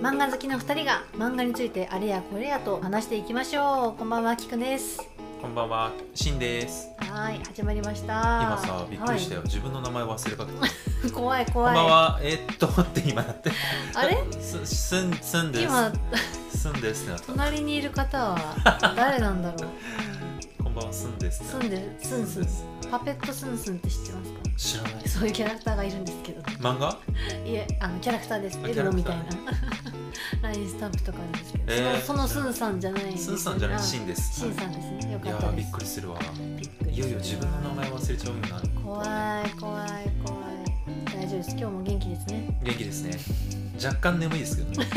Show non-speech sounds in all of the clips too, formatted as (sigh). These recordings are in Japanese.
漫画好きの2人が漫画についてあれやこれやと話していきましょうこんばんはきくですこんばんは、しんです。はい始まりました今さ、びっくりしたよ、よ。自分の名前忘れかけた。こはい怖いんば怖いんは、えーっと、って今なって。あれす、すん、すんです。今すんですってなった。隣にいる方は誰なんだろ (laughs) うこんばんは、すんですってスなっンでスンスンパペットスンスンって知ってますかた。知らない。そういうキャラクターがいるんですけど漫画。いえあのキャラクターですあエルロみたいなキ (laughs) ラインスタンプとかあるんですけど、えーそのそのスンさんじゃないですすんさんじゃない、しシンんです。シンさんですねよいかやったー、でびすっくりするわ。びっくりいよいよ自分の名前忘れちゃうよな。怖い怖い怖い大丈夫です今日も元気ですね元気ですね。若干眠いですけど (laughs) ね。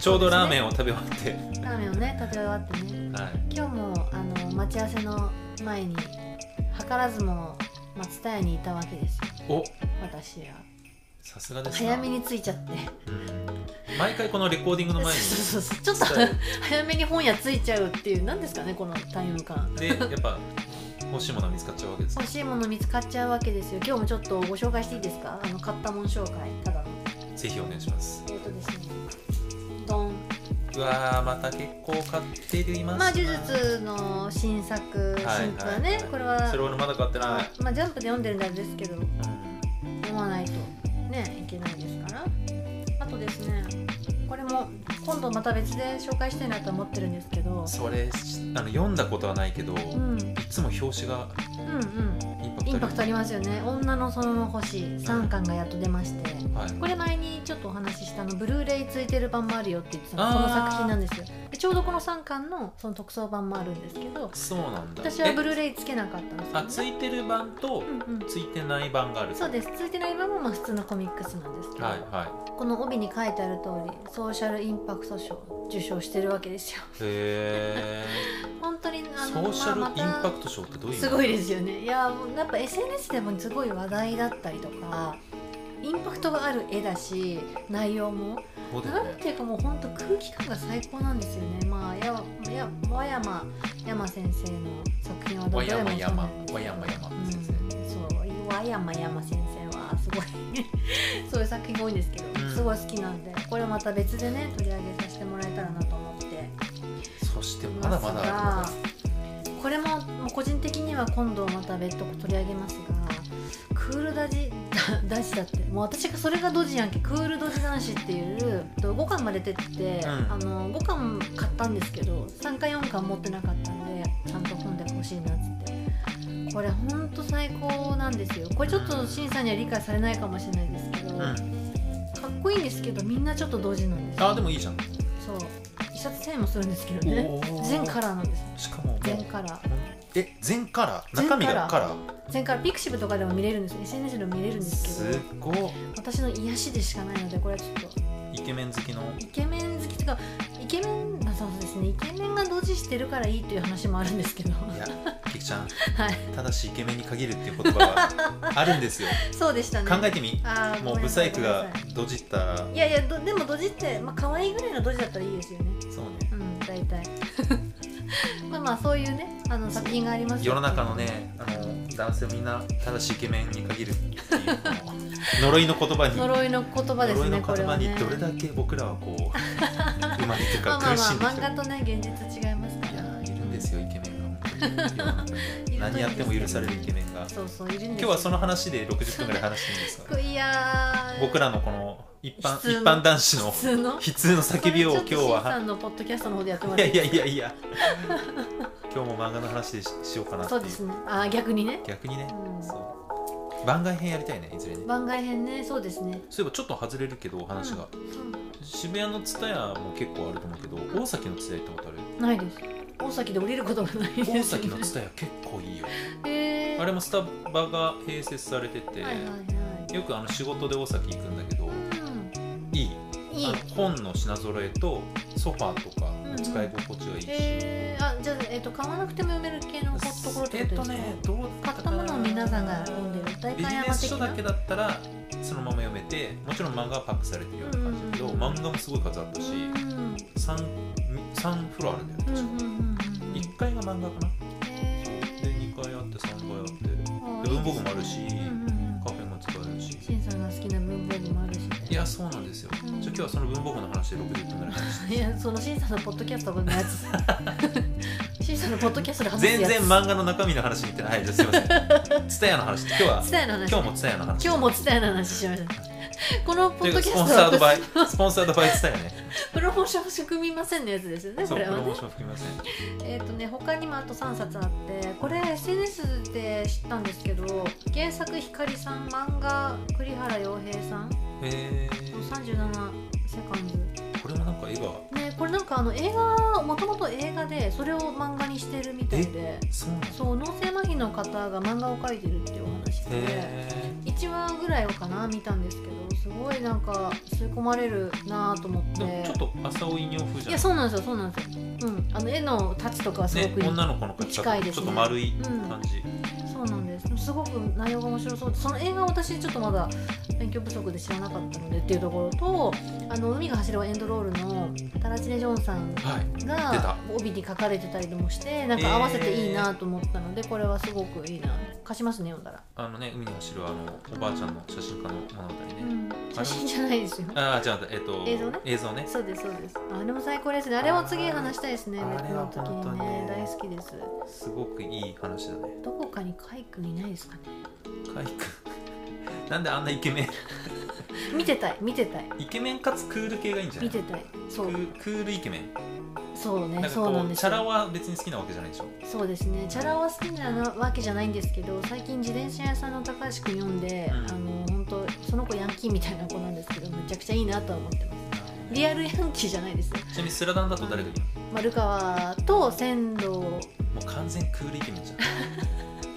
ちょうどラーメンを食べ終わって。ラーメンをね食べ終わってねはい。今日もあの待ち合わせの前に図らずも松田屋にいたわけですよお、私はさすがですな。早めに着いちゃってうん。毎回このレコーディングのそう前 (laughs) に。そうそうちょっと早めに本屋着いちゃうっていう何ですかねこのタイム感でやっぱ欲しいものは見つかっちゃうわけですか欲しいもの見つかっちゃうわけですよ今日もちょっとご紹介していいですかあの買ったもん紹介ただのぜひお願いしますえっ、とですねドンうわーまた結構買ってるいますなまあ呪術の新作新婦はね、はいはいはいこれはそれ俺まだ買ってなまいあ、まあジャンプで読んでるんであれですけどう読まないとねいけないですからあとですねこれも今度また別で紹介したいなと思ってるんですけどん、それあの読んだことはないけど、うん、うんうんいつも表紙がインパクトインパクトありまますよね女のその星3巻がやっと出ましてはいこれ前にちょっとお話ししたあのブルーレイついてる版もあるよって言ってたのあーこの作品なんですよでちょうどこの3巻のその特装版もあるんですけどそうなんだ私はブルーレレイつけなかったんですよ、ね、あついてる版とうんうんついてない版があるそうですついてない版もまあ普通のコミックスなんですけど、はいはこの帯に書いてある通りソーシャルインパクト賞を受賞してるわけですよ (laughs) いへ本当にーあソのーシャルイまンあパまクト賞ってどうたいうすごいですよねいやもうやっぱ SNS でもすごい話題だったりとかインパクトがある絵だし内容もそうだなよんねていうかもう本当空気感が最高なんですよねまあやや和山山先生の作品はど和れもそう山な山んですけど和山山うん先生、そう和山山先生はすごいそういう作品が多いんですけど、うんすごい好きなんでこれまた別でね取り上げさせてもらえたらなと思ってそしていまだますまだあるのがかこれももう個人的には今度また別途取り上げますがクールダジダジだってもう私がそれがドジやんけクールドジ男子っていう5巻まで出てて、うんあの5巻買ったんですけど3巻4巻持ってなかったんでちゃんと本で欲しいなっつってこれほんと最高なんですよこれちょっと審査には理解されないかもしれないですけど、うんかっこいいんですけどみんなちょっとドジなんですよあでもいいじゃん。そう1冊1000円もするんですけどね全カら。ラーなんですしかももう全カラーえ全カラー全カ中ラー身がカラー。前回ピクシブとかでも見れるんですよ SNS でも見れるんですすけどっごい私の癒しでしかないのでこれはちょっとイケメン好きの。イケメン好きとかイケメンまあそうですねイケメンが同時してるからいいという話もあるんですけど (laughs) いやキクちゃんはいただしイケメンに限るっていう言葉がある (laughs) んですよ。そうでしたね考えてみ。あーもごめうんブなさサいイクがどじったごめんなさいいやいやどでもドジってまあ可愛いぐらいのドジだったらいいですよねそうねうん大体 (laughs) まあまあそういうねあの作品があります世の中のねあの男性みんなただしイケメンに限るっていうこの呪いの言葉に。呪いの言葉です呪いねのこれ言は葉にねどれだけ僕ら (laughs) はこう生まれてまかあまあ苦しんでまあ漫きたの画かとね現実違いますからいやーいるんですよイケメンが本当に世の中にいるといいですけどね何やっても許されるイケメンがそうそういるんですよ今日はその話で60分ぐらい話していいんです (laughs) かいやー僕らのこの一般普通の一般男子の普通の悲痛の叫びを今日それちょっとしんさはんのポッドキャストの方でやってもいらやっいていやいいやいや今日も漫画の話でししようかなっていそううですねあー逆にね、逆にねうんそう番外編やりたいねいずれね番外編ねそうですね、そういえばちょっと外れるけどお話が、渋谷の蔦屋も結構あると思うけど大崎の蔦屋行ったことあるうんないです大崎で降りることがないです、大崎の蔦屋結構いいよえー、あれもスタバが併設されてて、はいはいはいよくあの仕事で大崎行くんだけどいいうんいあいの本の品揃えとソファーとかうんうん使い心地がいいし、えー、あじゃあ、えっと買わなくても読める系のところってえことでっとすか、ねどうだ買ったものを皆さんが読んでる代ビジ官ネ山ス的書なだけだったらそのまま読めてもちろん漫画はパックされてるような感じだけど、うんうんうん漫画もすごい数あったし、うん三三フロアあるんだうよんうね、んうんうんうん1階が漫画かなえで2階あって3階あってーあーで文房い具いもあるしですねうんうんうんカフェも使えるしシンさんが好きな文房具もあるし、ね、いややそうなんですよ、うんじゃあ今日はその文房具の話で60分ぐらい話していやその審査のポッドキャストのや (laughs) つ審査のポッドキャストで話すや全つ然漫画の中身の話みたいなはいじゃあす (laughs) いませんツタヤの話今日はツタヤの話今日もツタヤの話今日も伝えの話しましたこのポとッいうドかキスャポンストサーはドバイスポンサードバイツタヤね (laughs) プロモーション含みませんのやつですよねそこうプれロはねモーション含みませんえっ、とね他にもあと3冊あってこれ SNS で知ったんですけど原作ひかりさん漫画栗原洋平さんえのー、 37セカンドこれもなんか絵がねこれなんかあの映画もともと映画でそれを漫画にしてるみたいでそうなんだそう脳性麻痺の方が漫画を描いてるっていうお話で、へ1話ぐらいをかな見たんですけどすごいなんか吸い込まれるなぁと思っーでもちてょっと朝尾稲夫風じゃんいやそうなんですよそうなんですよ、うん、あの絵の立ちとかはすごねくいい、女の子の方近いちでょっすねと丸いうん感じ、そうなんですすごく内容が面白そうでその映画を私ちょっとまだ勉強不足で知らなかったのでっていうところとあの海が走るエンドロールのタラチネ・ジョンさんはい出がた帯に書かれてたりもしてなんか合わせていいなと思ったので、これはすごくいいな貸しますね読んだら、あのね海の走るあのおばあちゃんの写真家の物語ね、うん、写真じゃない (laughs) ですよああじゃあえっ、と映像ね映像ねそうですそうですあれも最高ですねあれも次話したいですねあー別の時あれは本に当ねに大好きですすごくいい話だねどこかにカイ君いないですかね海君 (laughs) なんであんなイケメン見てたい見てたいイケメンかつクール系がいいんじゃな見いてたいそクうークールイケメンそうなねんかそうなこんうでチすャラよは別に好きなわけじゃないでしょそうですねチャラは好きなわけじゃないんですけど最近自転車屋さんの高橋君読んで、うんあの本当その子ヤンキーみたいな子なんですけどめちゃくちゃいいなとは思ってますリアルヤンキーじゃないですよ、ちなみにスラダンだと誰がいいの丸川と仙道もう完全クールイケメン (laughs) じゃん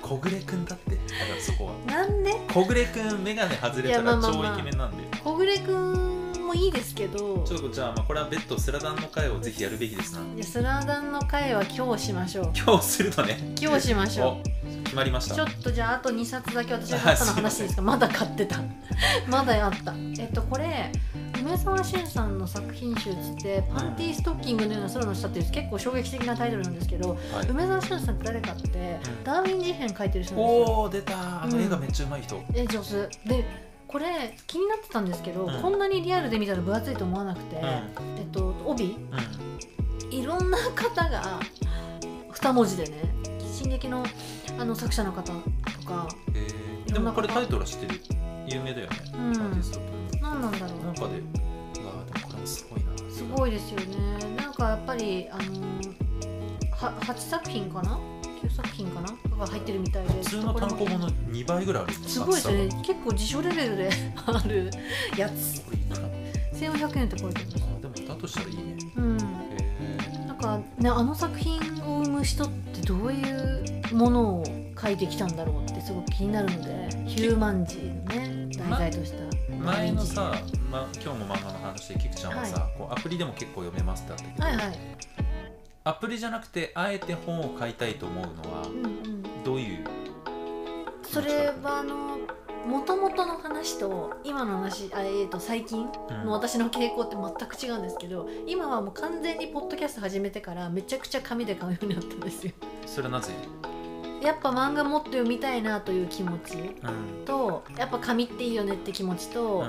小暮くんだってだからそこはなんで小暮くん眼鏡外れたいやまあらまあま超あイケメンなんで小暮君もいいですけどちょっとじゃあ、まあ、これは別途スラダンの回をぜひやるべきですな。いやスラダンの会は今日しましょう今日するとね、今日しましょお決まりましうちょた。っとじゃああと2冊だけ私が買ったの話ですかまだ買ってた (laughs) まだあったえっとこれ梅沢俊さんの作品集つって「パンティーストッキングのような空の下」っていう結構衝撃的なタイトルなんですけどはい、梅沢俊さんって誰かってダーウィン事変書いてる人なんですよおお、出た。あの映画めっちゃうまい人。え上手でこれ気になってたんですけど、うんこんなにリアルで見たら分厚いと思わなくて、うん、うん、えっと帯いろんな方が二文字でね「進撃の」あの作者の方とかえーでもこれタイトルは知ってる。有名だよね。うんアーティスト何なんだろなんかで、うわーでもこれもすごいな。うすごいですよねなんかやっぱりあのは8作品かな9作品かなとか入ってるみたいで普通の単行本の2倍ぐらいある。すごいですね結構辞書レベルであるやつ厚さが。これいくら1400円って書いてありますあでもだとしたらいいね。うんえなんかねあの作品を生む人ってどういうものを書いてきたんだろうってすごく気になるのでヒューマンジーのね題材としたー前のさ、ま、今日も漫画の話で、キクちゃんはさ、こうアプリでも結構読めますってあったけど、はいはい、アプリじゃなくてあえて本を買いたいと思うのはうんうん、どういうそれはあの元々の話と今の話あ、えー、と最近うんの私の傾向って全く違うんですけど今はもう完全にポッドキャスト始めてからめちゃくちゃ紙で買うようになったんですよ (laughs) それはなぜ、やっぱ漫画もっと読みたいなという気持ちうんとやっぱ紙っていいよねって気持ちと、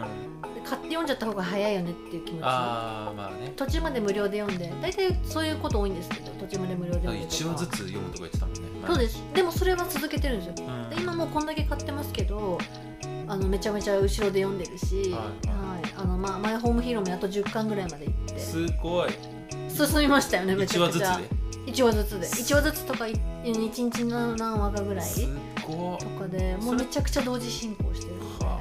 買って読んじゃった方が早いよねっていう気持ちああまあね途中まで無料で読んで大体そういうこと多いんですけど途中まで無料でだ読からんで一話ずつ読むとか言ってたもんねそうですでもそれは続けてるんですようん、で今もうこんだけ買ってますけどあのめちゃめちゃ後ろで読んでるし、ははいいあのまあ、マイホームヒーローもあと10巻ぐらいまで行ってすごい進みましたよねめち一ゃく話ずちつでゃ1話ずつで1話ずつとか1日何何話かぐらいすごいとかでもそうれめちゃくちゃ同時進行してるのでは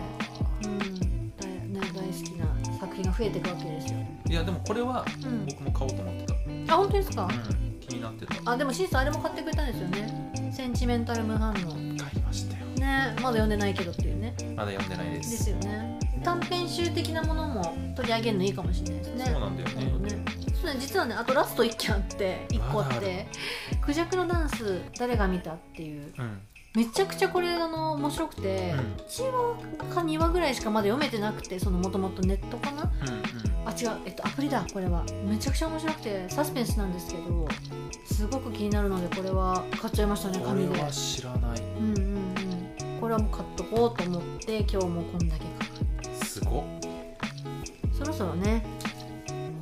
うん大ね大好きな作品が増えていくわけですよ、あいやでもこれはうん、僕も買おうと思ってた、あ本当ですか、うん、気になってたあでもシンさんあれも買ってくれたんですよねセンチメンタル無反応買いましたよねまだ読んでないけどっていうねまだ読んでないでですすよね短編集的なものも取り上げるのいいかもしれないですねそうなんだよねねそうね実はねあとラスト1件あって1個あまっだあて「クジャクのダンス誰が見た?」っていうめちゃくちゃこれあの面白くうんてうん、 1話か2話ぐらいしかまだ読めてなくてそのもともとネットかなうんうんあ違う、えっと、アプリだこれはめちゃくちゃ面白くてサスペンスなんですけどすごく気になるのでこれは買っちゃいましたね紙こでれは知らないうんうんうんこれはもう買っとこうと思って今日もこんだけ買すごっうろそろね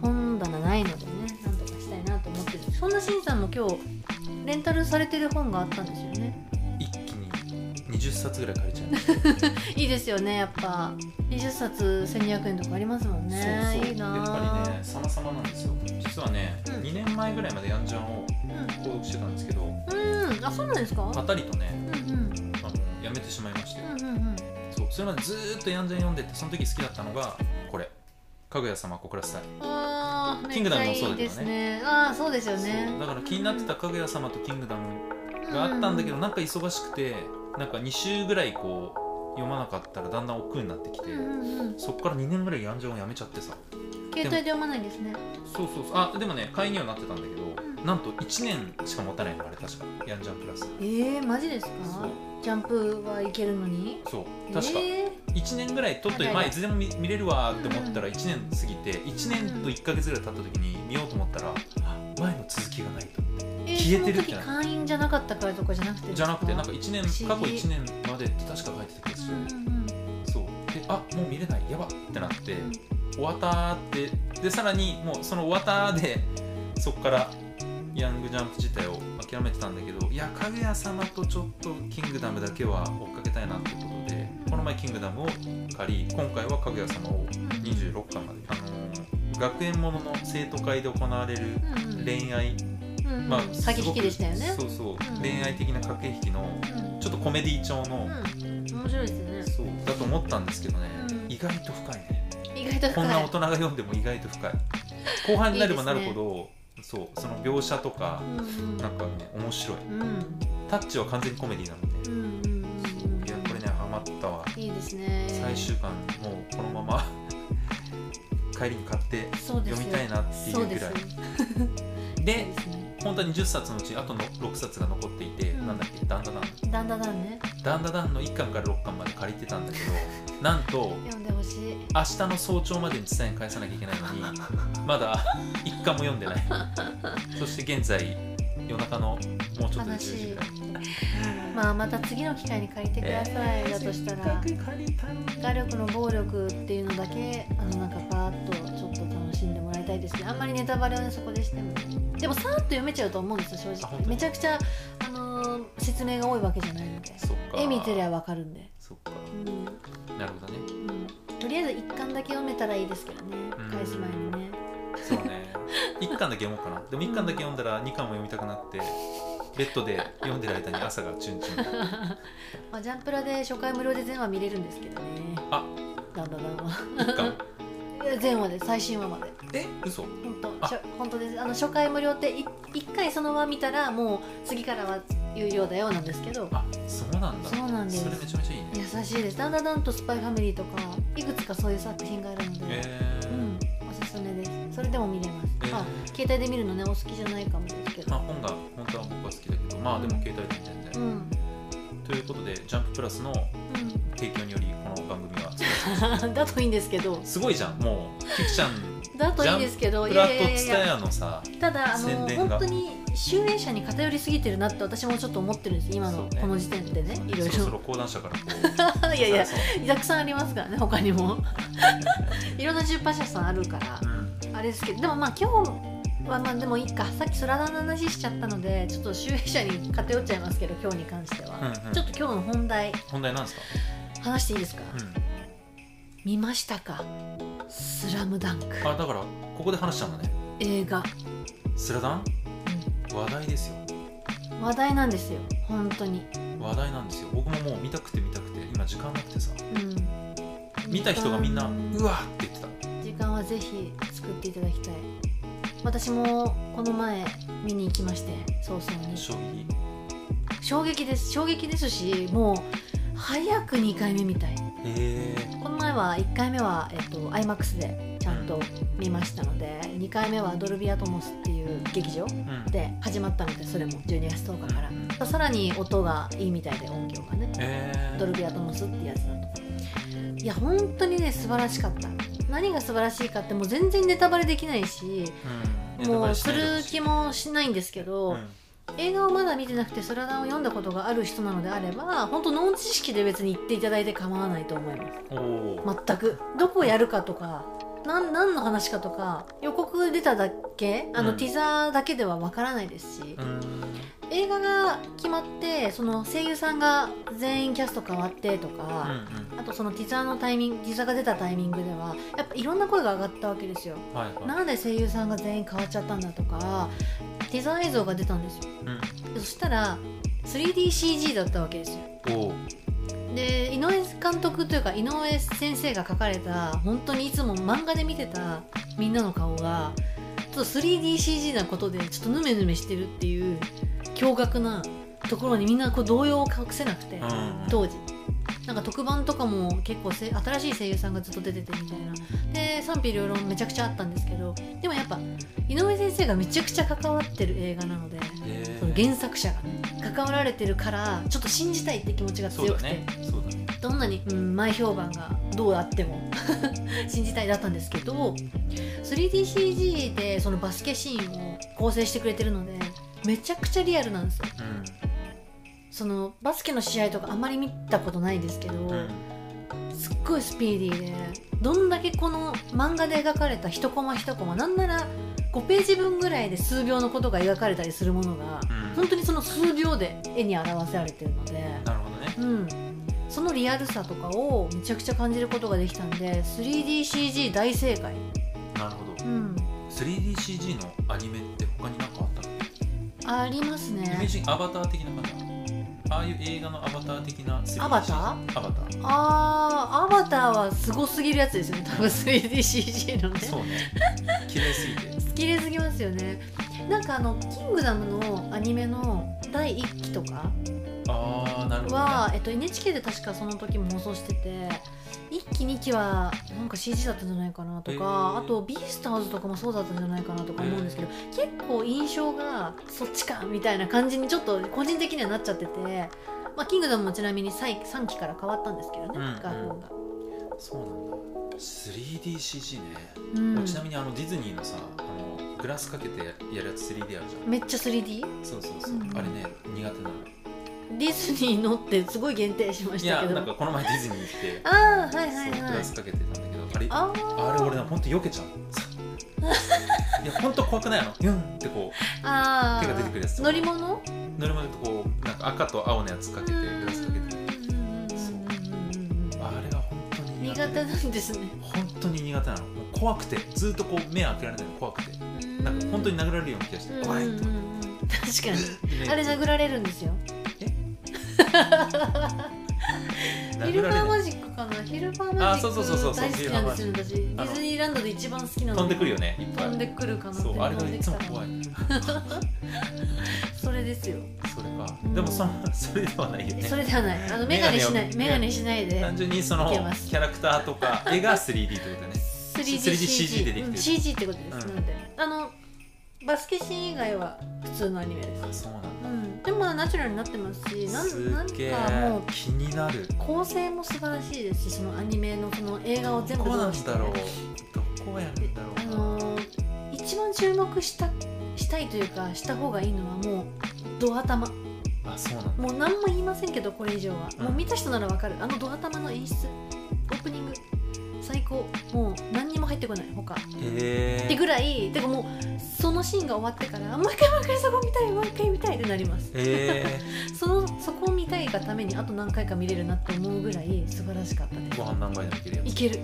本棚ないのでねなんとかしたいなと思ってるそんなしんさんも今日レンタルされてる本があったんですよね一気に20冊ぐらい借りちゃういいですよねやっぱ20冊1200円とかありますもんねそうそういいなやっぱりね様々なんですよ実はね、うん2年前ぐらいまでヤンジャンを購読してたんですけどうん、うん、あそうなんですか、パタリとねうんうんあのやめてしまいまして、うんうんうんそうそれまでずーっとヤンジャン読んでてその時好きだったのがこれ「かぐや様こくらスタイルあーキングダムもそうだけどめっねちゃいいですねああそうですよ」そうねだから気になってた「かぐや様」と「キングダム」があったんだけど、うなんか忙しくてなんか2週ぐらいこう読まなかったらだんだん億劫になってきて、うんうんうんそっから2年ぐらいヤンジャンをやめちゃってさ携帯で読まないんですねそうそうそうあでもね会員にはなってたんだけど、うんなんと1年しか持たないのあれ確かヤンジャンプラスえー、マジですかそうジャンプはいけるのにそう確か、えー1年ぐらい撮っと長いて、いねまあ、いつでも見見れるわーって思ったらう1年過ぎて1年と1か月ぐらい経った時に見ようと思ったらあ前の続きがないとえー消えてるってそのな時会員じゃなかったからとかじゃなくてですじゃなくてなんか1年不過思去議1年までって確か書いてた気がうすんる、うんそうであもう見れないやばってなって、うん終わったーってでさらにもうその終わったーでそっからヤングジャンプ自体を諦めてたんだけどいやかぐや様とちょっと「キングダム」だけは追っかけたいなってことでこの前「キングダム」を借り今回は「かぐや様」を26巻まで、あのー学園ものの生徒会で行われるうんうん恋愛、うんうんまあ駆け引きでしたよねすごくそうそう、うん恋愛的な駆け引きのうんちょっとコメディ調の、うん面白いですそうだと思ったんですけどね、うん意外と深いねよね意外とこ深んいな大人が読んでも意外と深い後半になればなるほどそうその描写とかうんうんなんかね面白いうんタッチは完全にコメディなのうで、んうんうんうんいやこれねハマったわいいですね最終巻もうこのまま (laughs) 帰りに買ってそうで読すみたいなっていうそうでぐすらよいそうでですね本当に10冊のうちあとの6冊が残っていて、うんなんだっけ「ダンダダン」だんだんだんね「ダンダダン」の1巻から6巻まで借りてたんだけどなんと読んでほしい明日の早朝までに伝えに返さなきゃいけないのにまだ一巻も読んでないそして現在夜中のもうちょっとで10時ぐらいまあまた次の機会に借りてください、だとしたらせっかく借りたのに画力の暴力っていうのだけあのなんかパーッとちょっと楽しんでもらいたいですねあんまりネタバレをねそこでしてもでもさーっと読めちゃうと思うんですよあ正本直当めちゃくちゃ、あのー説明が多いわけじゃないのでそっか絵見てりゃわかるんで、そっかうんなるほどねうんとりあえず一巻だけ読めたらいいですけどねうん返す前にねそうね一巻だけ読もうかなでも一巻だけ読んだら二巻も読みたくなってベッドで読んでる間に朝がチュンチュンまあジャンプラで初回無料で全話見れるんですけどねあだんだんだんだ一巻ん全話で最新話までえ嘘本当あしょ本当ですあの初回無料ってい一回その輪見たらもう次からは有料だよなんですけどあそうなんだそうなんですそれめちゃめちゃいいね優しいですだんだんだんと「スパイファミリー」とかいくつかそういう作品があるので、えーうん、おすすめですそれでも見れます、えーまあ携帯で見るのねお好きじゃないかもですけまあど、本が本当は僕は好きだけどまあでも携帯で全然うんうんということで「ジャンププラスの提供によりこの番組はだといいん (laughs) ですけどすごいじゃんもうキクちゃんだといいんですけどプいラやといやいやツいタやヤのさただあの宣伝本が当に集英社に偏りすぎてるなって私もちょっと思ってるんです今そのうねこの時点でねそいろいろそろろ講談社からこ (laughs) ういやいやそうそたくさんありますからね他にも (laughs) いろんな出版社さんあるからううんあれですけどでもまあ今日はまあでもいいかさっきスラダンの話しちゃったのでちょっと集英社に偏っちゃいますけど今日に関しては、うんうんちょっと今日の本題本題なんですか話していいですか、うん見ましたか「スラムダンクあだからここで話したんだね映画、スラダン話題ですようん話題なんですよ本当に、話題なんですよ僕ももう見たくて見たくて今時間なくてさうん、見た人がみんな時間うわーって言ってた時間はぜひ作っていただきたい私もこの前見に行きまして早々に衝撃衝撃です衝撃ですしもう早く2回目みたいえこの前は1回目は、えっと、IMAX でちゃんと見ましたので2回目はドルビアトモスっていう劇場ーうんで始まったのでそれも12月10日から、さらに音がいいみたいで音響がねえードルビアトモスってやつだといや本当にね素晴らしかった何が素晴らしいかってもう全然ネタバレできないしうんもうする気ももしないんですけど、映画をまだ見てなくて「スラダン」を読んだことがある人なのであれば本当ノン知識で別に言っていただいて構わないと思いますおおー全くどこをやるかとかなん何の話かとか予告出ただけあの、うんティザーだけではわからないですし、うん映画が決まってその声優さんが全員キャスト変わってとうんか、あとそのティザーのタイミングティザーが出たタイミングではやっぱいろんな声が上がったわけですようんはいはいなんで声優さんが全員変わっちゃったんだとかティザー映像が出たんですよでそしたら 3DCG だったわけですようんおうで井上監督というか井上先生が描かれた本当にいつも漫画で見てたみんなの顔がちょっと 3DCG なことでちょっとヌメヌメしてるっていう驚愕なところにみんなこう動揺を隠せなくて、うん当時なんか特番とかも結構せ新しい声優さんがずっと出ててみたいなで賛否両論めちゃくちゃあったんですけどでもやっぱ井上先生がめちゃくちゃ関わってる映画なので、へーその原作者がね関わられてるからちょっと信じたいって気持ちがそう強だくて、ねそうだねどんなに、うん、前評判がどうあっても (laughs) 信じたいだったんですけど 3DCG でそのバスケシーンを構成してくれてるのでめちゃくちゃリアルなんですよそのバスケの試合とかあんまり見たことないですけど、うんうんすっごいスピーディーでどんだけこの漫画で描かれた一コマ一コマなんなら5ページ分ぐらいで数秒のことが描かれたりするものがうん本当にその数秒で絵に表されてるので。なるほどねうん、そのリアルさとかをめちゃくちゃ感じることができたんで 3DCG 大正解、なるほどうん、 3DCG のアニメって他に何かあったのありますイメーねジアバター的な感じああいう映画のアバター的な 3DCG アバターアバターあーアバターはすごすぎるやつですよね多分 3DCG のねそうね綺麗すぎて綺麗すぎますよねなんかあの「キングダム」のアニメの第1期とかああなるほど、ね、は、えっと、NHK で確かその時も放送してて1期2期はなんか CG だったんじゃないかなとか、へーあと「ビースターズ」とかもそうだったんじゃないかなとか思うんですけど、結構印象がそっちかみたいな感じにちょっと個人的にはなっちゃってて「まあ、キングダム」もちなみに 3, 3期から変わったんですけどね、うんうん画風が。そうなんだ 3DCG ね、うん俺ちなみにあのディズニーのさあのグラスかけてやるやつ 3D あるじゃんめっちゃ 3D? そうそうそうう、んあれね苦手なのディズニーのってすごい限定しまいしたやけどなんかこの前ディズニー行ってああはいはいそうグはラいスかけてたんだけどあれああーれ俺なほんと避けちゃ (laughs) うのいやほんと怖くないのうんってこあー手が出てくるやつとか乗り物う乗るまでこうなんか赤と青のやつかけてグラスかけてそうあれが本当に苦苦手手なんですね本当に苦手なのもう怖くてずっとこう目開けられないの怖くてなんか本当に殴られるような気がして、怖いうんうんうん確かにあれ殴らられるんですよヒルれバないーマジックかなヒルバーマジあそうそうそうッそうク大好きなんですよ私デマジックィズニーランドで一番好きなの飛んでくるよねいっぱ飛んでいくるかなってそうあれがいつも怖いそれですよそれかうんでもそのそれではないよそねれではないあのメガネしないメメガガネネしないで単純にそのいキけますャラクターとか絵が 3D ってことだね 3DCG でできてるうん CG ってことですうんなんであのバスケシーン以外は普通のアニメですあそうなんだうん、でもまあナチュラルになってますしなすんなんっげえかもう気になる構成も素晴らしいですしそのアニメのこの映画を全部どこな通んしてだろうどこやんだろあうな、のー一番注目したしたいというかした方がいいのはもうド頭あそうなんだもう何も言いませんけどこれ以上は、うんもう見た人ならわかるあのド頭の演出オープニング最高もう何にも入ってこない他へってえぐらいてかもうそのシーンが終わってからもう一回もう一回そこ見たいもう一回見たいってなりますへえそのそこを見たいがためにあと何回か見れるなって思うぐらい素晴らしかったでご飯何杯でもいすいけけるやる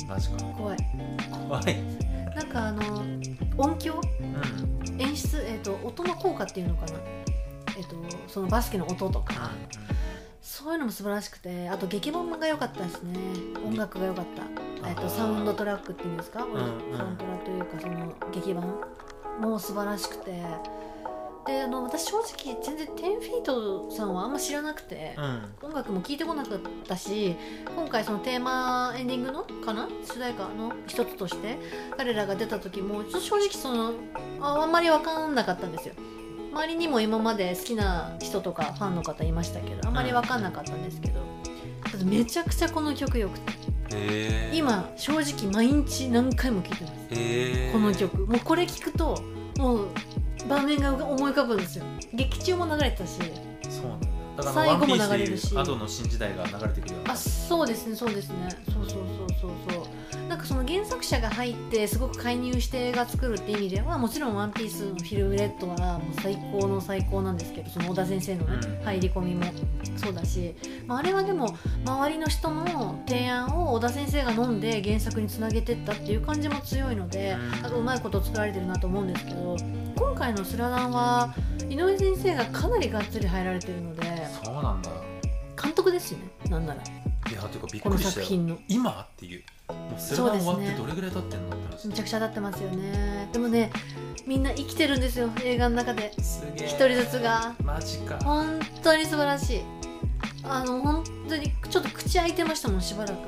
つマジか怖い怖いなんかあの音響うん演出、えー、と音の効果っていうのかな、えー、とそのバスケの音とかそういうのも素晴らしくてあと劇版が良かったですね音楽が良かった、えー、あとーサウンドトラックっていうんですか、んうんサウンドトラックというかその劇版も素晴らしくてであの私正直全然10フィートさんはあんま知らなくて、うん音楽も聴いてこなかったし今回そのテーマエンディングのかな主題歌の一つとして彼らが出た時もちょっと正直そのああんまり分かんなかったんですよ周りにも今まで好きな人とかファンの方いましたけどあんまり分かんなかったんですけどただめちゃくちゃこの曲よくてへえ今正直毎日何回も聴いてますへえこの曲もうこれ聴くともう場面が思い浮かぶんですよ劇中も流れてたしそうなんだだからあ最のワ後ンピも流ースれるでしいう後の新時代が流れてくるようなあそうですねそうですねそうそうそうそうそうなんかその原作者が入ってすごく介入して映画作るって意味ではもちろん「ワンピースの「フィルムレッドはもう最高の最高なんですけどその小田先生のね、うん入り込みもそうだし、まあ、あれはでも周りの人の提案を小田先生が飲んで原作につなげてったっていう感じも強いのでうんなんかうまいこと作られてるなと思うんですけど今回の「スラダンは井上先生がかなりがっつり入られてるのでそうなんだ監督ですよねなんならいやてかびっこくのりし作たよ品の。今っていうもうスラダン終わってどれぐらい経ってんのって話めちゃくちゃ経ってますよねでもねみんな生きてるんですよ映画の中ですげえ一人ずつがマジか本当に素晴らしいあの本当にちょっと口開いてましたもんしばらく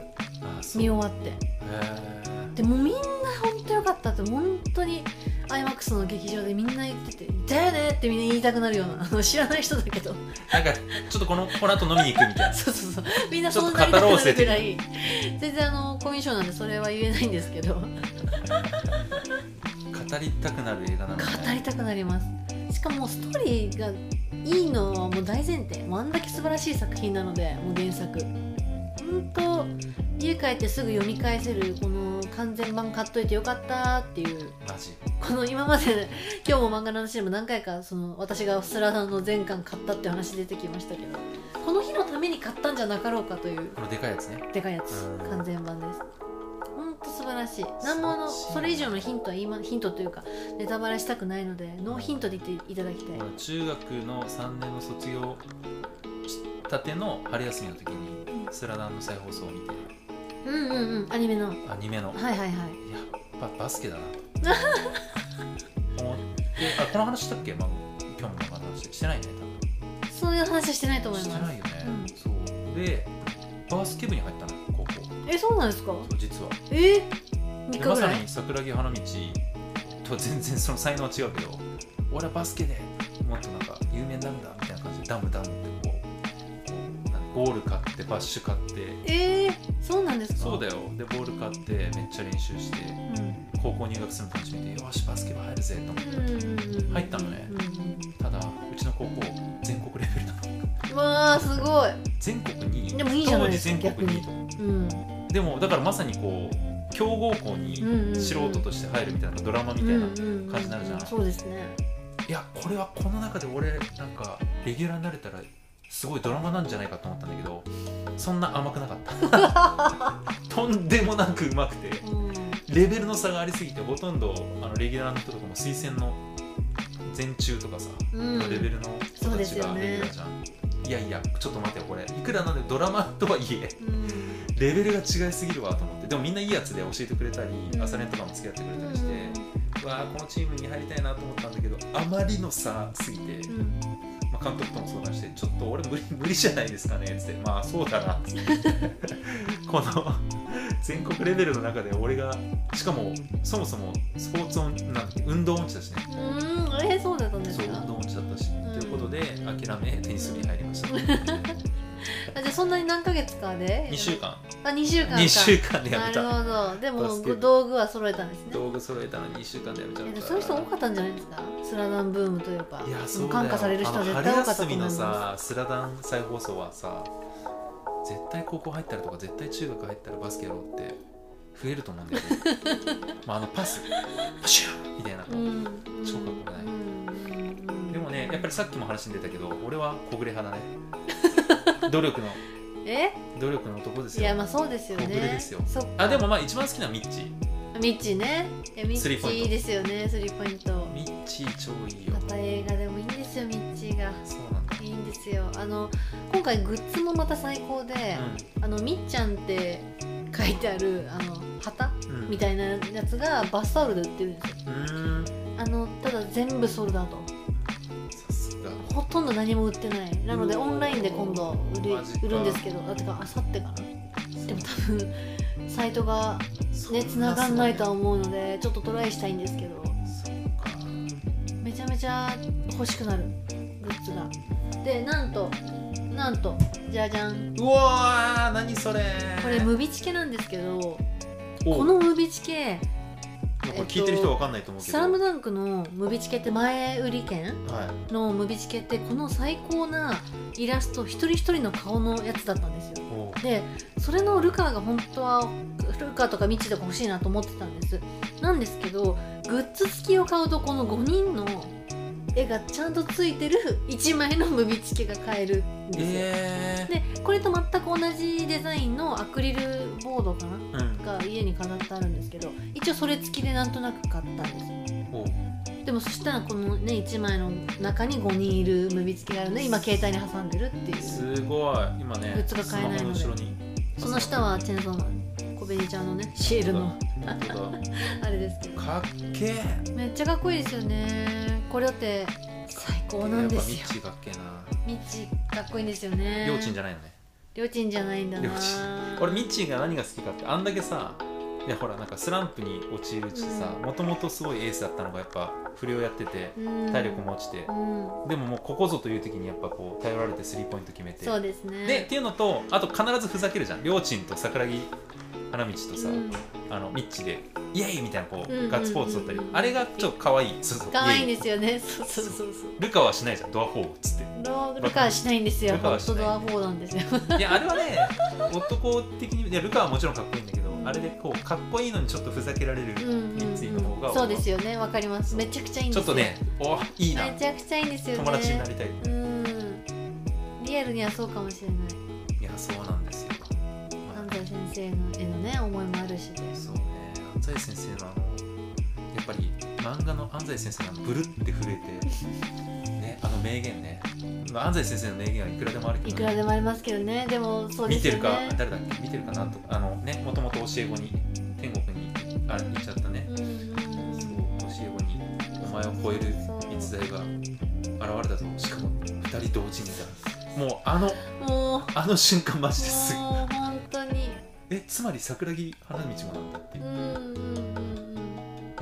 あそう見終へわってえでもみんな本当よかったって本当に IMAX の劇場でみんな言ってて「だよね」ってみんな言いたくなるようなあの知らない人だけどなんかちょっとこのこの後飲みに行くみたいなそうそうそうみんなそうなりたくちょっと語ろうなぜるってぐらい全然あのコミュ障なんでそれは言えないんですけど語りたくなる映画なのね語りたくなりますしかもストーリーがいいのはもう大前提もうあんだけ素晴らしい作品なのでもう原作本当家帰ってすぐ読み返せるこの完全版買っといてよかったっていうマジこの今まで今日も漫画の話でも何回かその私がスラダンの全巻買ったって話出てきましたけどこの日のために買ったんじゃなかろうかというこのでかいやつねでかいやつうん完全版ですほんと素晴らしい何もあの素晴らそれしい以上のヒントは言いまヒントというかネタバレしたくないのでノーヒントで言っていただきたい俺中学の3年の卒業したての春休みの時にう「スラダン」の再放送を見てうんうんうんアニメのはいアニメのやはいはいっぱバスケだなと思ってあこの話したっけ、まあ、今日もなんか話してないねそういう話してないと多思い分しまてなすいよね、うんそうでバスケ部に入ったの高校そえそうなんですかう実はえで3日まぐさらいに桜木花道と全然その才能は違うけど俺はバスケでもっとなんか有名になるんだみたいな感じでダムダムってこうこうなんかゴール買ってバッシュ買ってえー、そうなんですかそうだよ、よでボール買ってめっちゃ練習してうん高校入学するの楽しみでよしバスケ部入るぜと思ってうんうんうん、入ったのねうんうんただうちの高校全国レベルなのうん、わあすごい、全国にでもいいじゃないですか当時全国にうん、でもだからまさにこう強豪校うんにうんうん素人として入るみたいなドラマみたいな、感じになるじゃうんううそうですねいやこれはこの中で俺なんかレギュラーになれたらすごいドラマなんじゃないかと思ったんだけどそんな甘くなかった (laughs) とんでもなくうまくてうんレベルの差がありすぎてほとんどあのレギュラーの人とかも推薦の全中とかさ、うんのレベルの人そうたでちすよがねレギュラーじゃん、いやいやちょっと待ってよこれいくらなんでドラマとはいえうんレベルが違いすぎるわと思ってでもみんないいやつで教えてくれたり、うん朝練とかも付き合ってくれたりして、わあこのチームに入りたいなと思ったんだけどあまりの差すぎて、うんうんまあ、監督とも相談して「ちょっと俺無理 (laughs) 無理じゃないですかね」っつって「まあそうだな」っつって (laughs) この全国レベルの中で俺がしかもそもそもスポーツ音なんだっけ運動音痴だしねうーん、えー、そうだったんですそうか運動音痴だったし、うんということで諦めテニス部に入りましたあじゃあそんなに何ヶ月かで2週間あ2週間か2週間でやなめるたほどでバスケも道具は揃えたんですね道具揃えたの2週間でやめちゃっえでたもそういう人多かったんじゃないですかスラダンブームというかいやそうだよ感化される人は絶対あの多かったと春休思みいのますさスラダン再放送はさ絶対高校入ったらとか絶対中学入ったらバスケやろうって増えると思うん (laughs) だけどまああのパスパシューみたいな、うん超かっこないうんでもねやっぱりさっきも話に出たけど俺は小暮 (laughs) 派だね努力のえ努力の男ですいやよまあそうですよね小暮ですよそっかあでもまあ一番好きなのはミッチーミッチーねいやミスリーッチポインーいトいですよねスリーポイントミッチー超いいよまた映画でもいいんですよミッチーがそうなんだいいんですよあの今回グッズもまた最高で、あのみっちゃんって書いてあるあの旗うん、うん、みたいなやつがバスタオルで売ってるんですようーんあのただ全部ソールドアウさすがトほとんど何も売ってないなのでうオわーンラインで今度売るマジか売るんですけどあてかあさってかなでも多分サイトがねそ繋がんないとはう思うのでちょっとトライしたいんですけどそっかめちゃめちゃ欲しくなるグッズがでなんとなんとじゃじゃんうわー何それこれムビチケなんですけどおこのムビチケもうこれ聞いてる人は分かんないと思うけど、スラムダンクのムビチケって前売り券はいのムビチケってこの最高なイラスト一人一人の顔のやつだったんですよおうでそれのルカが本当はルカとかミッチとか欲しいなと思ってたんですなんですけどグッズ付きを買うとこの5人の絵がちゃんとついてる1枚のムビチケが買えるんですよ、えでこれと全く同じデザインのアクリルボードかなー、うんが家に飾ってあるんですけど一応それ付きでなんとなく買ったんですおうでもそしたらこのね1枚の中に5人いるムビ付きがあるので今携帯に挟んでるっていうすごい今ねグッズが買えないのでスマホの後ろにその下はチェンソーマン小紅ちゃんのねシールの本当だあれですけどかっけえめっちゃかっこいいですよねこれだって最高なんですよやっぱミッチーかっけミッチーかっこいいんですよねえなりょーちんじゃないのねりょうちんじゃないんだりょなうち俺ミッチーが何が好きかってあんだけさいやほらなんかスランプに陥るうちさうんもともとすごいエースだったのがやっぱ不良やっててうん体力も落ちてうんでももうここぞという時にやっぱこう頼られてスリーポイント決めてそうですねでっていうのとあと必ずふざけるじゃんりょーちんと桜木花道とさ、うんあのミッチでイエイみたいなこうんう、うんうんガッツポーズだったりあれがちょっと可愛いそうそう可愛いんイエイですよねそうそうそうそうルカはしないじゃんドアフォーっつってロルカはしないんですよルカホはッしトないドア4なんですよいやあれは (laughs) ね男的にいやルカはもちろんかっこいいんだけどあれでこうかっこいいのにちょっとふざけられる、うんうん、うミッん、ツィの方がそうですよねわかりますめちゃくちゃいいんですちょよっとねおいいなめちゃくちゃいいんですよね友達になりたいうんリアルにはそうかもしれないいやそうなんですよ、ま安あ、西先生のへのね思いもあるしでそうね安西先生のあのやっぱり漫画の安西先生がブルって震えて、ね、あの名言ね、まあ、安西先生の名言はいくらでもあるけいどくね、らでもありますけどねでもそうで見すよてるねか誰だっけ見てるかなんとかあのねもともと教え子に天国にあ行っちゃったねうんうんうんそう教え子にお前を超える逸材が現れたぞしかも2人同時にだもうあのもうもうあの瞬間マジですぐ本当にえつまり桜木花道もなんだってうんいううんうんうん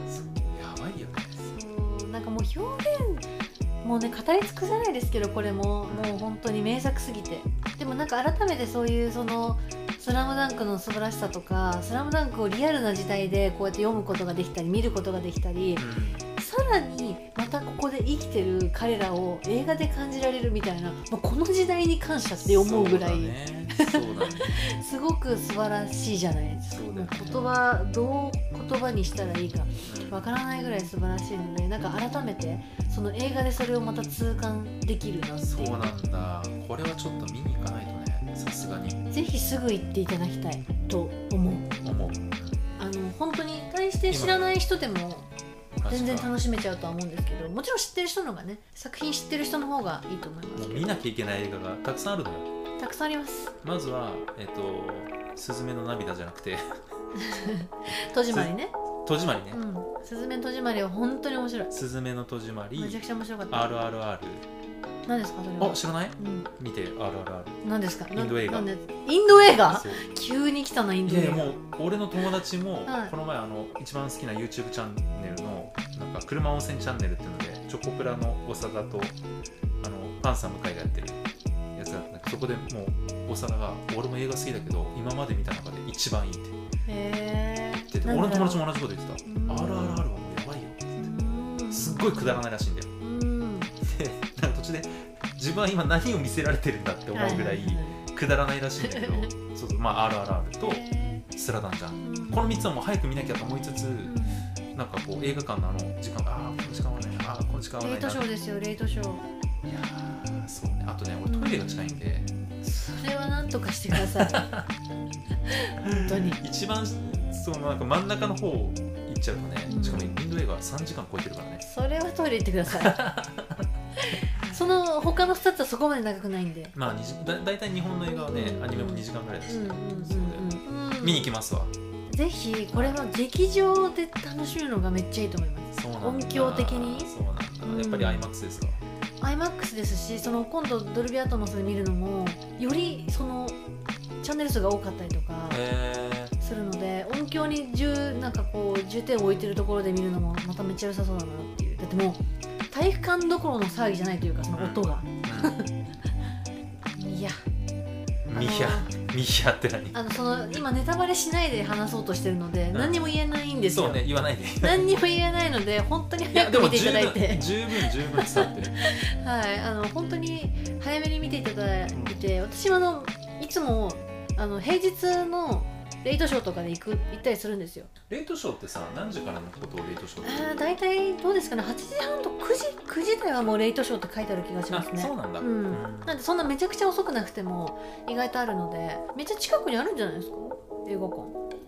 そうやばいよねそうなんかもう表現もうね語り尽くせないですけどこれももう本当に名作すぎてでもなんか改めてそういうその「スラムダンクの素晴らしさとか「スラムダンクをリアルな時代でこうやって読むことができたり見ることができたりさらにまたここで生きてる彼らを映画で感じられるみたいな、まあ、この時代に感謝って思うぐらい、そうだねそうだねすごく素晴らしいじゃないですかそうだもうね言葉どう言葉にしたらいいかうわんからないぐらい素晴らしいのでなんか改めてその映画でそれをまた痛感できるなっていそうなんだこれはちょっと見に行かないとねさすがにうぜひすぐ行っていただきたいと思う思うあの本当に対して知らない人でも全然確か楽しめちゃうとは思うんですけどもちろん知ってる人の方がね作品知ってる人の方がいいと思いますけ見なきゃいけない映画がたくさんあるのよどたくさんありますまずは、えっと「すずめの涙」じゃなくて戸締まりね「戸締まりね」うん、すずめの戸締まりは本当に面白い。すずめの戸締まり」めちゃくちゃ面白かっ「た。 RRR」何ですかそれあは。知らないうん、見て「RRR 何ですか。なインド映画なんでインド映」画そう急に来たなインいドや映い画。やもう俺の友達もはいこの前あの一番好きな YouTube チャンネルのなんか車温泉チャンネルっていうのでチョコプラの長田とあのパンサー向井がやってるやつだったんだけどそこでもう長田が「俺も映画好きだけど今まで見た中で一番いい」ってへえ。言ってて俺の友達も同じこと言ってたうん「RRR」はもうやばいよすっごいくだらないらしいんだよい。うん。でなんか途中で自分は今何を見せられてるんだって思うぐらいくだらないらしいんだけど (laughs) そうそうまあ「RRR」とへ「スラダン」じゃんーうんこの3つはもう早く見なきゃと思いつつうんなんかこう映画館のあの時間がああこの時間はないなああこの時間はレなイいトなショーですよレイトショー。いやーそうねあとね俺トイレが近いんで、それはなんとかしてください。本当に。一番そのなんか真ん中の方行っちゃうとね、うんしかもインド映画は3時間超えてるからねそれはトイレ行ってください。その他の2つはそこまで長くないんで。まあにじだ大体日本の映画はねアニメも2時間ぐらいだし、うんうんうんうん。見に行きますわぜひこれは劇場で楽しむのがめっちゃいいと思いますそうなんだ音響的にそうなんだやっぱり IMAX ですか iMAX ですしその今度ドルビアトモスで見るのもよりそのチャンネル数が多かったりとかへするので音響に重なんかこう重点を置いてるところで見るのもまためっちゃ良さそうだなっていうだってもう体育館どころの騒ぎじゃないというかその音が、えいやミヒャあの右派って何あのその今ネタバレしないで話そうとしてるので、ん何にも言えないんですよそうね言わないで何にも言えないので本当にいや早でくも見てい十ただい分て十分十分伝わってるはいあの本当に早めに見ていただいて、私はあのいつもあの平日のレイトショーとかで行く行ったりするんですよレイトショーってさ何時からのことをレイトショーってあー大体どうですかね8時半と9時9時台はもうレイトショーって書いてある気がしますあそねうなんだ、うんなんでそんなめちゃくちゃ遅くなくても意外とあるのでめっちゃ近くにあるんじゃないですか映画館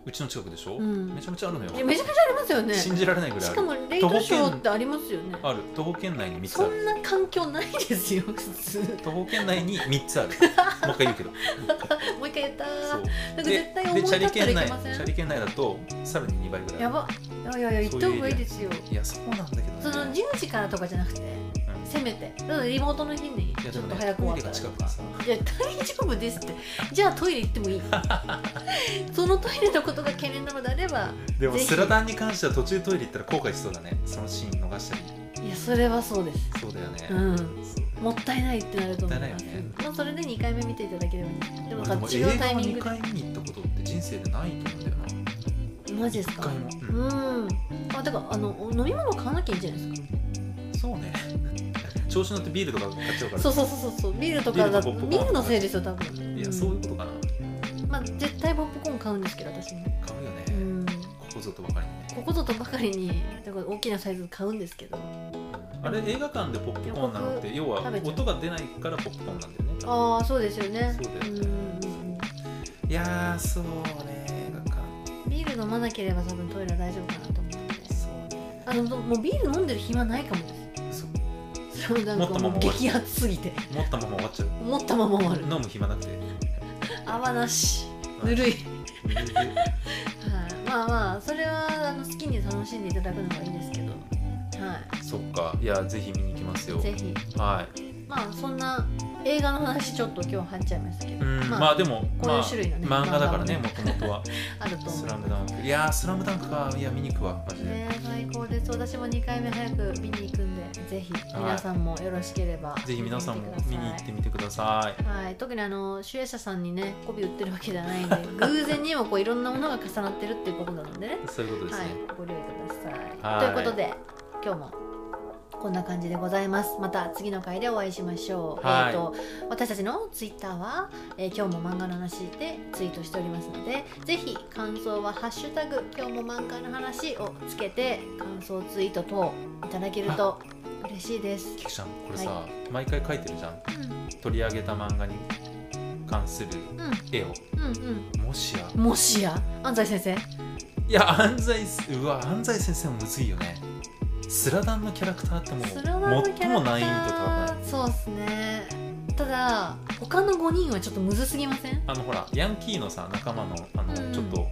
うちの近くでしょ、うんめちゃめちゃあるのよいやめちゃくちゃありますよね信じられないぐらいしあかるもレイトショーってありますよねある徒歩圏内に3つあそるんな環境ないですよ普 (laughs) 通徒歩圏内に3つある (laughs) もう一回言うけどもう一回言ったなそうんかで絶対思でいチャ立リったら圏い内けチませャんリ圏内だとさらに2倍ぐらいやばいやいやいや言った方がいいですよいやそうなんだけそどのね10時からとかじゃなくてうんせめてだからリモートの日にいちやでょっもとね早く終トわイったレらが近くてさいや大丈夫ですってじゃあトイレ行って (laughs) もいいそのトイレのことが懸念なのであればでもぜひスラダンに関しては途中トイレ行ったら後悔しそうだねそのシーン逃したりいやそれはそうですそうだよね、うんそうもったいないってなると思いもまっすたいないよねまあ、それで2回目見ていただければいいでもまなんかあでも違う映タ画イをミン2グ回見に行ったことって人生でないと思うんだよなマジです一か回も、ううんんあだからあの飲み物買わなきゃいいんじゃないですかそうね調子乗ってビールとか買っちゃうからそうそうそうそうそうビールとかだとビールとポップコーンビールのせいですよ多分いやそういうことかなまあ絶対ポップコーン買うんですけど私も買うよね、うんここぞとばかりにねここぞとばかりにだから大きなサイズ買うんですけどあれ映画館でポップコーンなのって要は食べちゃう音が出ないからポップコーンなんだよねああそうですよねそうだよねんうんうんいやーそうね映画館ビール飲まなければ多分トイレは大丈夫かなと思ってそうねあのもうビール飲んでる暇ないかもでそうすそれなん持っかたまもまう終わる激アツすぎて持ったまま終わっちゃう思ったまま終わる飲む暇なくて泡なしぬるい、うんはい、まあまあそれはあの好きに楽しんでいただくのがいいですけどはそっかいやぜひ見に行きますよいぜひはいまあそんな映画の話ちょっと今日入っちゃいましたけど、うんままああ、でもこういう種類のねまあ、漫画だから漫ね画もともとはあると「ス思ラムダンクいやー「スラムダンクかいや見に行くわマうジで、ね最高です私も2回目早く見に行くんでぜひ皆さんもよろしければぜひ皆さんも見に行ってみてくださいはい、特にあの主演者さんにね媚び売ってるわけじゃない (laughs) んで偶然にもこういろんなものが重なってるっていうことなのでねそういうことですはいね、、ご留意ください。はといいうことで今日もこんな感じでございます。また次の回でお会いしましょう。はえいっ、と私たちのツイッターは、えー今日も漫画の話でツイートしておりますので、ぜひ感想はハッシュタグ今日も漫画の話をつけて感想ツイート等いただけると嬉しいです。菊ちゃんこれさ、毎回書いてるじゃん (laughs) うん取り上げた漫画に関するうん絵をうんもしやうん。もしや安西先生。いや安西うわ安西先生もむずいよねスラダンのキャラクターってもうスラダンのキャ最ラもクタ難易度高くないーそうですね。ただ他の5人はちょっとむずすぎません？あのほらヤンキーのさ仲間のあの、うんちょっと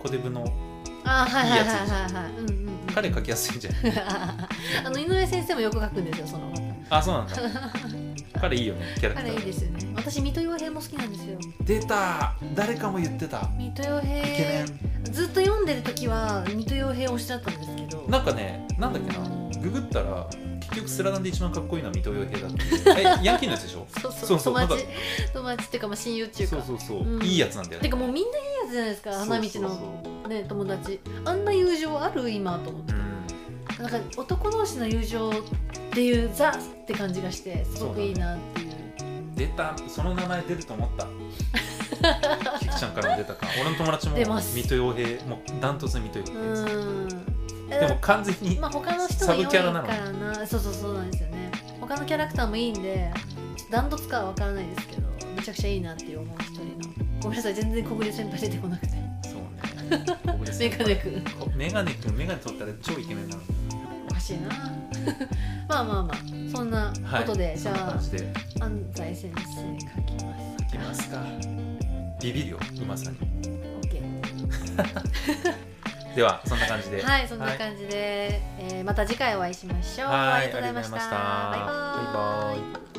小デブのあーはいはいいはいやつでしょはいはい、うんうんうん、彼書きやすいんじゃない (laughs) あの井上先生もよく書くんですよそのあそうなんだ彼いいよねキャラクタ彼いいーですよね私水戸洋平も好きなんですよ出た誰かも言ってたイ水戸洋ケメ平ンずっと読んでる時は水戸洋平推しだったんですけどなんかねなんだっけなググったら結局スラダンで一番かっこいいのは水戸洋平だ (laughs) ったえヤンキーのやつでしょそうそうそうそう友達な友達っていうかまあ親友っていうかそうそうそう、うんいいやつなんだよてねかもうみんないいやつじゃないですか花道そうのそうね友達あんな友情ある今と思ってそううんなんか男同士の友情っていうザって感じがしてすごくいいなっていう出たその名前出ると思った (laughs) キクちゃんからも出たか俺の友達も出ます水戸洋平もうダントツの水戸う洋平ですんでも完全に、まあ他の人がサ良いブかキャラならのなそうそうそうなんですよね他のキャラクターもいいんでダントツかは分からないですけどめちゃくちゃいいなっていう思う一人のごめんなさい全然小暮先輩出てこなくてそうねメガネくんこメガネくんメガネ取ったら超イケメンなのおかしいな (laughs) まあまあまあそんなことで、じゃそんなあ感じで安西先生書きますいきますかビビるようまさに OK ではそんな感じではいそんな感じで、えーまた次回お会いしましょうはいありがとうございましたありがとうございバイましたバーイバイバーイ